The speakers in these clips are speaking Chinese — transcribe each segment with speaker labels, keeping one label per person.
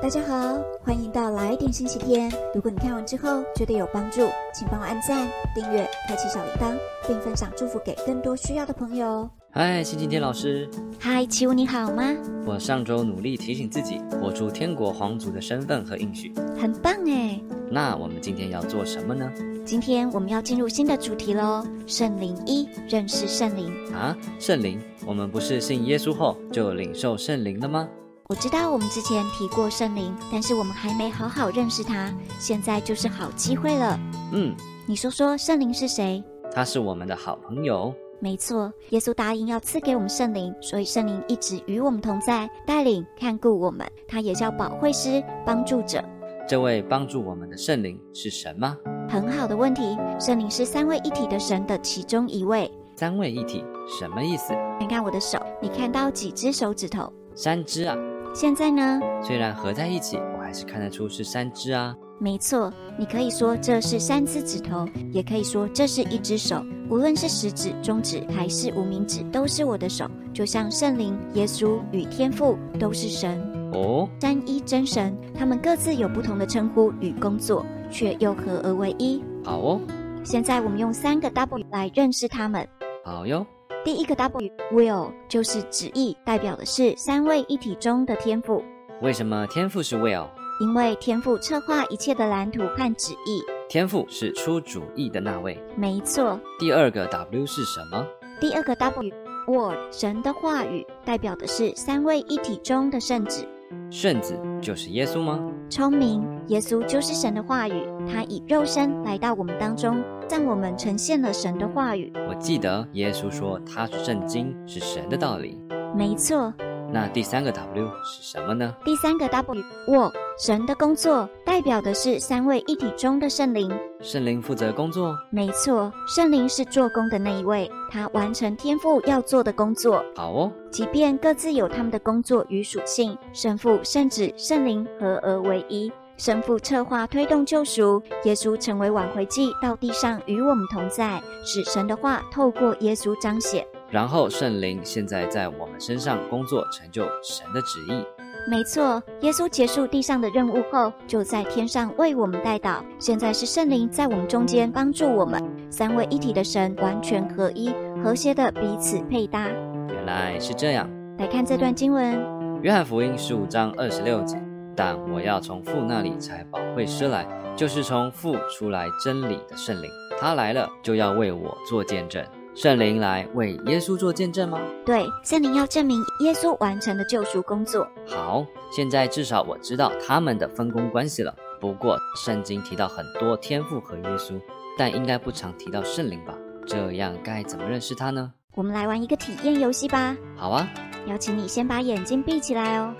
Speaker 1: 大家好，欢迎到来电星期天。如果你看完之后觉得有帮助，请帮我按赞、订阅、开启小铃铛，并分享祝福给更多需要的朋友哦。
Speaker 2: 嗨，星期天老师，
Speaker 1: 嗨，七五你好吗？
Speaker 2: 我上周努力提醒自己，活出天国皇族的身份和应许。
Speaker 1: 很棒哎！
Speaker 2: 那我们今天要做什么呢？
Speaker 1: 今天我们要进入新的主题喽，圣灵一，认识圣灵。
Speaker 2: 啊，圣灵，我们不是信耶稣后就领受圣灵了吗？
Speaker 1: 我知道我们之前提过圣灵，但是我们还没好好认识它，现在就是好机会了。
Speaker 2: 嗯，
Speaker 1: 你说说圣灵是谁？
Speaker 2: 他是我们的好朋友。
Speaker 1: 没错，耶稣答应要赐给我们圣灵，所以圣灵一直与我们同在，带领、看顾我们。他也叫保惠师、帮助者。
Speaker 2: 这位帮助我们的圣灵是神吗？
Speaker 1: 很好的问题，圣灵是三位一体的神的其中一位。
Speaker 2: 三位一体什么意思？
Speaker 1: 看看我的手，你看到几只手指头？
Speaker 2: 三只啊，
Speaker 1: 现在呢？
Speaker 2: 虽然合在一起，我还是看得出是三只啊。
Speaker 1: 没错，你可以说这是三只指头，也可以说这是一只手。无论是食指、中指还是无名指，都是我的手。就像圣灵、耶稣与天父都是神，
Speaker 2: 哦，
Speaker 1: 三一真神，他们各自有不同的称呼与工作，却又合而为一。
Speaker 2: 好哦，
Speaker 1: 现在我们用三个 W 来认识他们。
Speaker 2: 好哟。
Speaker 1: 第一个 W will 就是旨意，代表的是三位一体中的天赋，
Speaker 2: 为什么天赋是 will？
Speaker 1: 因为天赋策划一切的蓝图和旨意。
Speaker 2: 天赋是出主意的那位。
Speaker 1: 没错，
Speaker 2: 第二个 W 是什么？
Speaker 1: 第二个 W word 神的话语，代表的是三位一体中的圣旨。
Speaker 2: 圣子就是耶稣吗？
Speaker 1: 聪明，耶稣就是神的话语，他以肉身来到我们当中，向我们呈现了神的话语。
Speaker 2: 我记得耶稣说他是圣经，是神的道理。
Speaker 1: 没错，
Speaker 2: 那第三个 W 是什么呢？
Speaker 1: 第三个 W work 神的工作，代表的是三位一体中的圣灵。
Speaker 2: 圣灵负责工作。
Speaker 1: 没错，圣灵是做工的那一位，他完成天父要做的工作。
Speaker 2: 好哦，
Speaker 1: 即便各自有他们的工作与属性，神父甚至圣灵合而为一。神父策划推动救赎，耶稣成为挽回祭，到地上与我们同在，使神的话透过耶稣彰显。
Speaker 2: 然后圣灵现在在我们身上工作，成就神的旨意。
Speaker 1: 没错，耶稣结束地上的任务后，就在天上为我们代祷。现在是圣灵在我们中间帮助我们，三位一体的神完全合一，和谐的彼此配搭。
Speaker 2: 原来是这样。
Speaker 1: 来看这段经文，
Speaker 2: 约翰福音十五章二十六节，但我要从父那里才保惠师来，就是从父出来真理的圣灵。他来了，就要为我做见证。圣灵来为耶稣做见证吗？
Speaker 1: 对，圣灵要证明耶稣完成的救赎工作。
Speaker 2: 好，现在至少我知道他们的分工关系了。不过圣经提到很多天父和耶稣，但应该不常提到圣灵吧？这样该怎么认识他呢？
Speaker 1: 我们来玩一个体验游戏吧，
Speaker 2: 好啊，
Speaker 1: 邀请你先把眼睛闭起来哦。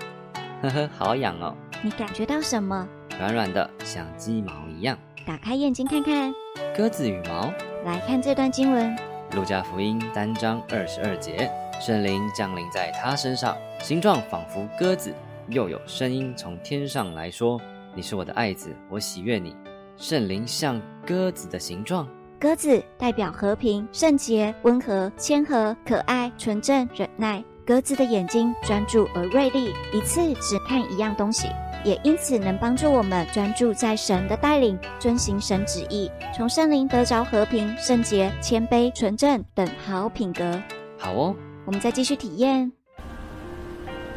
Speaker 2: 呵呵，好痒哦，
Speaker 1: 你感觉到什么？
Speaker 2: 软软的，像鸡毛一样。
Speaker 1: 打开眼睛看看。
Speaker 2: 鸽子羽毛。
Speaker 1: 来看这段经文，
Speaker 2: 路加福音三章二十二节，圣灵降临在他身上，形状仿佛鸽子，又有声音从天上来说：“你是我的爱子，我喜悦你。”圣灵像鸽子的形状。
Speaker 1: 鸽子代表和平、圣洁、温和、谦和、可爱、纯正、忍耐。鸽子的眼睛专注而锐利，一次只看一样东西，也因此能帮助我们专注在神的带领，遵行神旨意，从圣灵得着和平、圣洁、谦卑、纯正等好品格。
Speaker 2: 好哦，
Speaker 1: 我们再继续体验。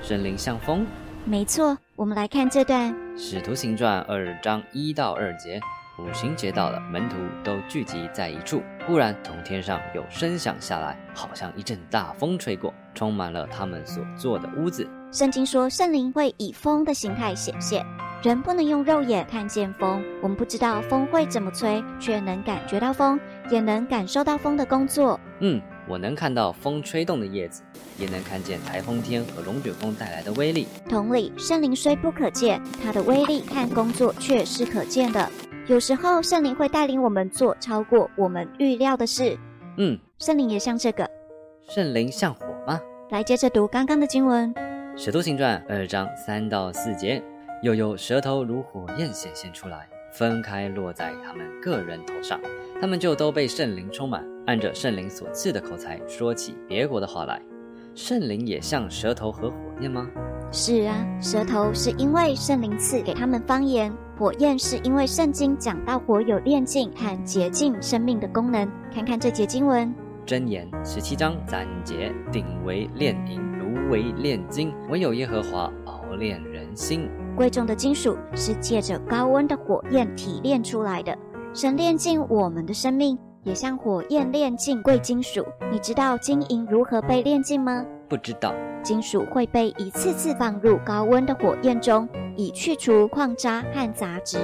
Speaker 2: 圣灵像风。
Speaker 1: 没错，我们来看这段。
Speaker 2: 使徒行传二章一到二节，五旬节到了，门徒都聚集在一处。忽然从天上有声响下来，好像一阵大风吹过，充满了他们所坐的屋子。
Speaker 1: 圣经说，圣灵会以风的形态显现。人不能用肉眼看见风，我们不知道风会怎么吹，却能感觉到风，也能感受到风的工作。
Speaker 2: 嗯，我能看到风吹动的叶子，也能看见台风天和龙卷风带来的威力。
Speaker 1: 同理，圣灵虽不可见，它的威力和工作却是可见的。有时候，圣灵会带领我们做超过我们预料的事。
Speaker 2: 嗯，
Speaker 1: 圣灵也像这个。
Speaker 2: 圣灵像火吗？
Speaker 1: 来，接着读刚刚的经文。
Speaker 2: 《使徒行传》二章三到四节，又有舌头如火焰显现出来，分开落在他们个人头上，他们就都被圣灵充满，按着圣灵所赐的口才说起别国的话来。圣灵也像舌头和火焰吗？
Speaker 1: 是啊，舌头是因为圣灵赐给他们方言，火焰是因为圣经讲到火有炼净和洁净生命的功能。看看这节经文，
Speaker 2: 箴言十七章三节：鼎为炼银，炉为炼金，唯有耶和华熬炼人心。
Speaker 1: 贵重的金属是借着高温的火焰提炼出来的。神炼尽我们的生命，也像火焰炼尽贵金属。你知道金银如何被炼尽吗？
Speaker 2: 不知道
Speaker 1: 金属会被一次次放入高温的火焰中，以去除矿渣和杂质。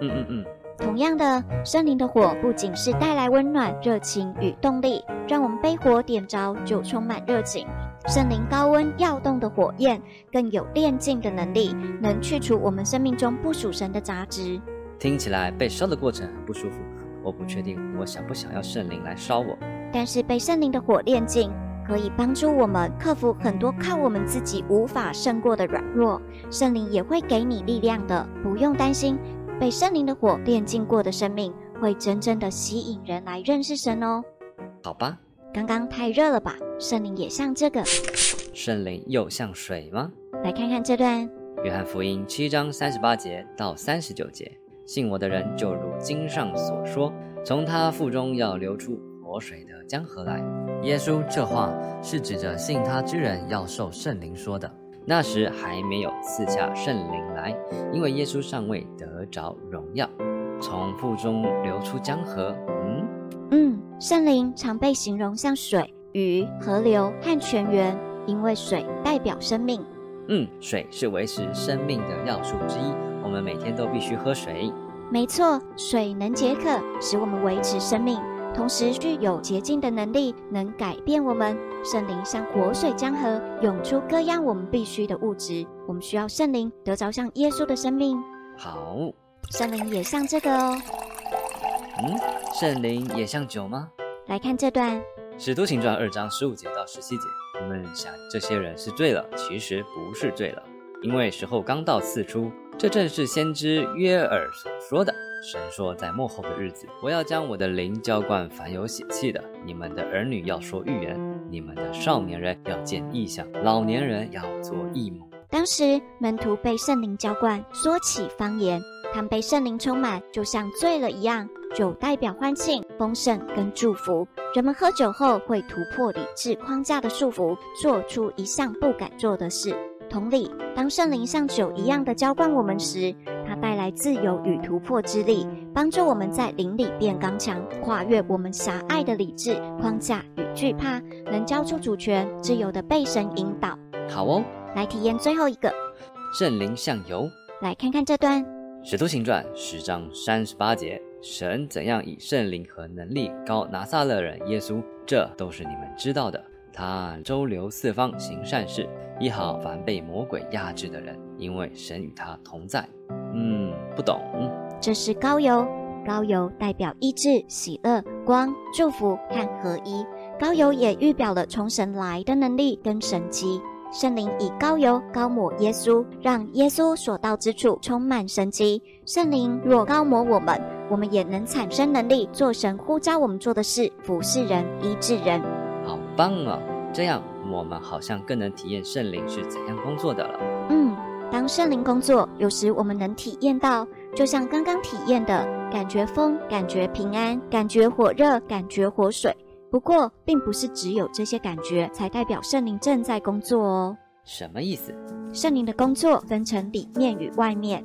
Speaker 2: 嗯嗯嗯，
Speaker 1: 同样的，森林的火不仅是带来温暖、热情与动力，让我们被火点着就充满热情。森林高温耀动的火焰更有炼净的能力，能去除我们生命中不属神的杂质。
Speaker 2: 听起来被烧的过程很不舒服。我不确定我想不想要圣灵来烧我。
Speaker 1: 但是被圣灵的火炼净，可以帮助我们克服很多靠我们自己无法胜过的软弱。圣灵也会给你力量的，不用担心。被圣灵的火炼净过的生命，会真正的吸引人来认识神哦。
Speaker 2: 好吧，
Speaker 1: 刚刚太热了吧？圣灵也像这个。
Speaker 2: 圣灵又像水吗？
Speaker 1: 来看看这段，
Speaker 2: 约翰福音七章三十八节到三十九节：信我的人就如经上所说，从他腹中要流出活水的江河来。耶稣这话是指着信他之人要受圣灵说的。那时还没有赐下圣灵来，因为耶稣尚未得着荣耀。从腹中流出江河，嗯，
Speaker 1: 嗯，圣灵常被形容像水、鱼、河流和泉源，因为水代表生命。
Speaker 2: 嗯，水是维持生命的要素之一，我们每天都必须喝水。
Speaker 1: 没错，水能解渴，使我们维持生命，同时具有洁净的能力，能改变我们。圣灵像活水江河，涌出各样我们必须的物质。我们需要圣灵得着像耶稣的生命，
Speaker 2: 好，
Speaker 1: 圣灵也像这个哦。
Speaker 2: 嗯，圣灵也像酒吗？
Speaker 1: 来看这段，
Speaker 2: 使徒行传二章十五节到十七节，我们想这些人是醉了，其实不是醉了，因为时候刚到四初，这正是先知约珥所说的。神说，在末后的日子，我要将我的灵浇灌凡有血气的，你们的儿女要说预言，你们的少年人要见异象，老年人要做异梦。
Speaker 1: 当时门徒被圣灵浇灌，说起方言，他们被圣灵充满，就像醉了一样。酒代表欢庆、丰盛跟祝福。人们喝酒后会突破理智框架的束缚，做出一项不敢做的事。同理，当圣灵像酒一样的浇灌我们时，它带来自由与突破之力，帮助我们在灵里变刚强，跨越我们狭隘的理智框架与惧怕，能交出主权，自由的被神引导。
Speaker 2: 好哦，
Speaker 1: 来体验最后一个，
Speaker 2: 圣灵像油。
Speaker 1: 来看看这段。
Speaker 2: 使徒行传十章三十八节，神怎样以圣灵和能力高拿撒勒人耶稣，这都是你们知道的。他周流四方行善事，医好凡被魔鬼压制的人，因为神与他同在。嗯，不懂。
Speaker 1: 这是高油，高油代表医治、喜乐、光、祝福和合一。高油也预表了从神来的能力跟神迹。圣灵以高油高抹耶稣，让耶稣所到之处充满神迹。圣灵若高抹我们，我们也能产生能力，做神呼召我们做的事，服侍人、医治人。
Speaker 2: 好棒哦！这样我们好像更能体验圣灵是怎样工作的了。
Speaker 1: 嗯，当圣灵工作，有时我们能体验到，就像刚刚体验的感觉风，感觉平安，感觉火热，感觉活水。不过，并不是只有这些感觉才代表圣灵正在工作哦。
Speaker 2: 什么意思
Speaker 1: 圣灵的工作分成里面与外面。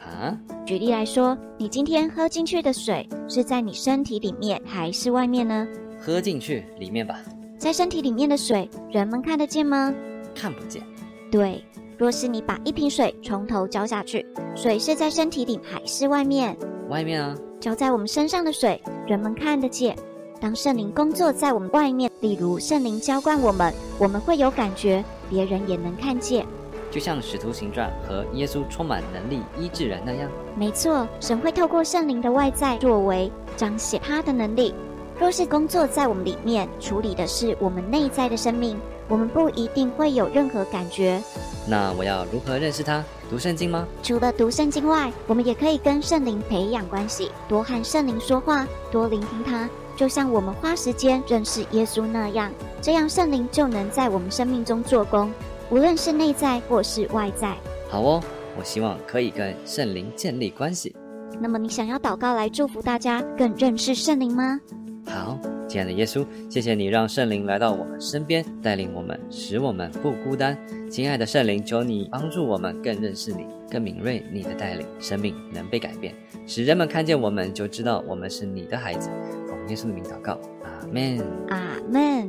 Speaker 2: 啊？
Speaker 1: 举例来说，你今天喝进去的水是在你身体里面还是外面呢？
Speaker 2: 喝进去里面吧，
Speaker 1: 在身体里面的水，人们看得见吗？
Speaker 2: 看不见。
Speaker 1: 对，若是你把一瓶水从头浇下去，水是在身体里还是外面？
Speaker 2: 外面啊，
Speaker 1: 浇在我们身上的水，人们看得见。当圣灵工作在我们外面，例如圣灵浇灌我们，我们会有感觉，别人也能看见。
Speaker 2: 就像《使徒行传》和耶稣充满能力医治人那样。
Speaker 1: 没错，神会透过圣灵的外在作为彰显他的能力。若是工作在我们里面，处理的是我们内在的生命，我们不一定会有任何感觉。
Speaker 2: 那我要如何认识他？读圣经吗？
Speaker 1: 除了读圣经外，我们也可以跟圣灵培养关系，多和圣灵说话，多聆听他，就像我们花时间认识耶稣那样，这样圣灵就能在我们生命中做工，无论是内在或是外在。
Speaker 2: 好哦，我希望可以跟圣灵建立关系。
Speaker 1: 那么你想要祷告来祝福大家更认识圣灵吗？
Speaker 2: 好，亲爱的耶稣，谢谢你让圣灵来到我们身边，带领我们，使我们不孤单。亲爱的圣灵，求你帮助我们更认识你，更敏锐你的带领，生命能被改变，使人们看见我们就知道我们是你的孩子。奉耶稣的名祷告，阿门。
Speaker 1: 阿门。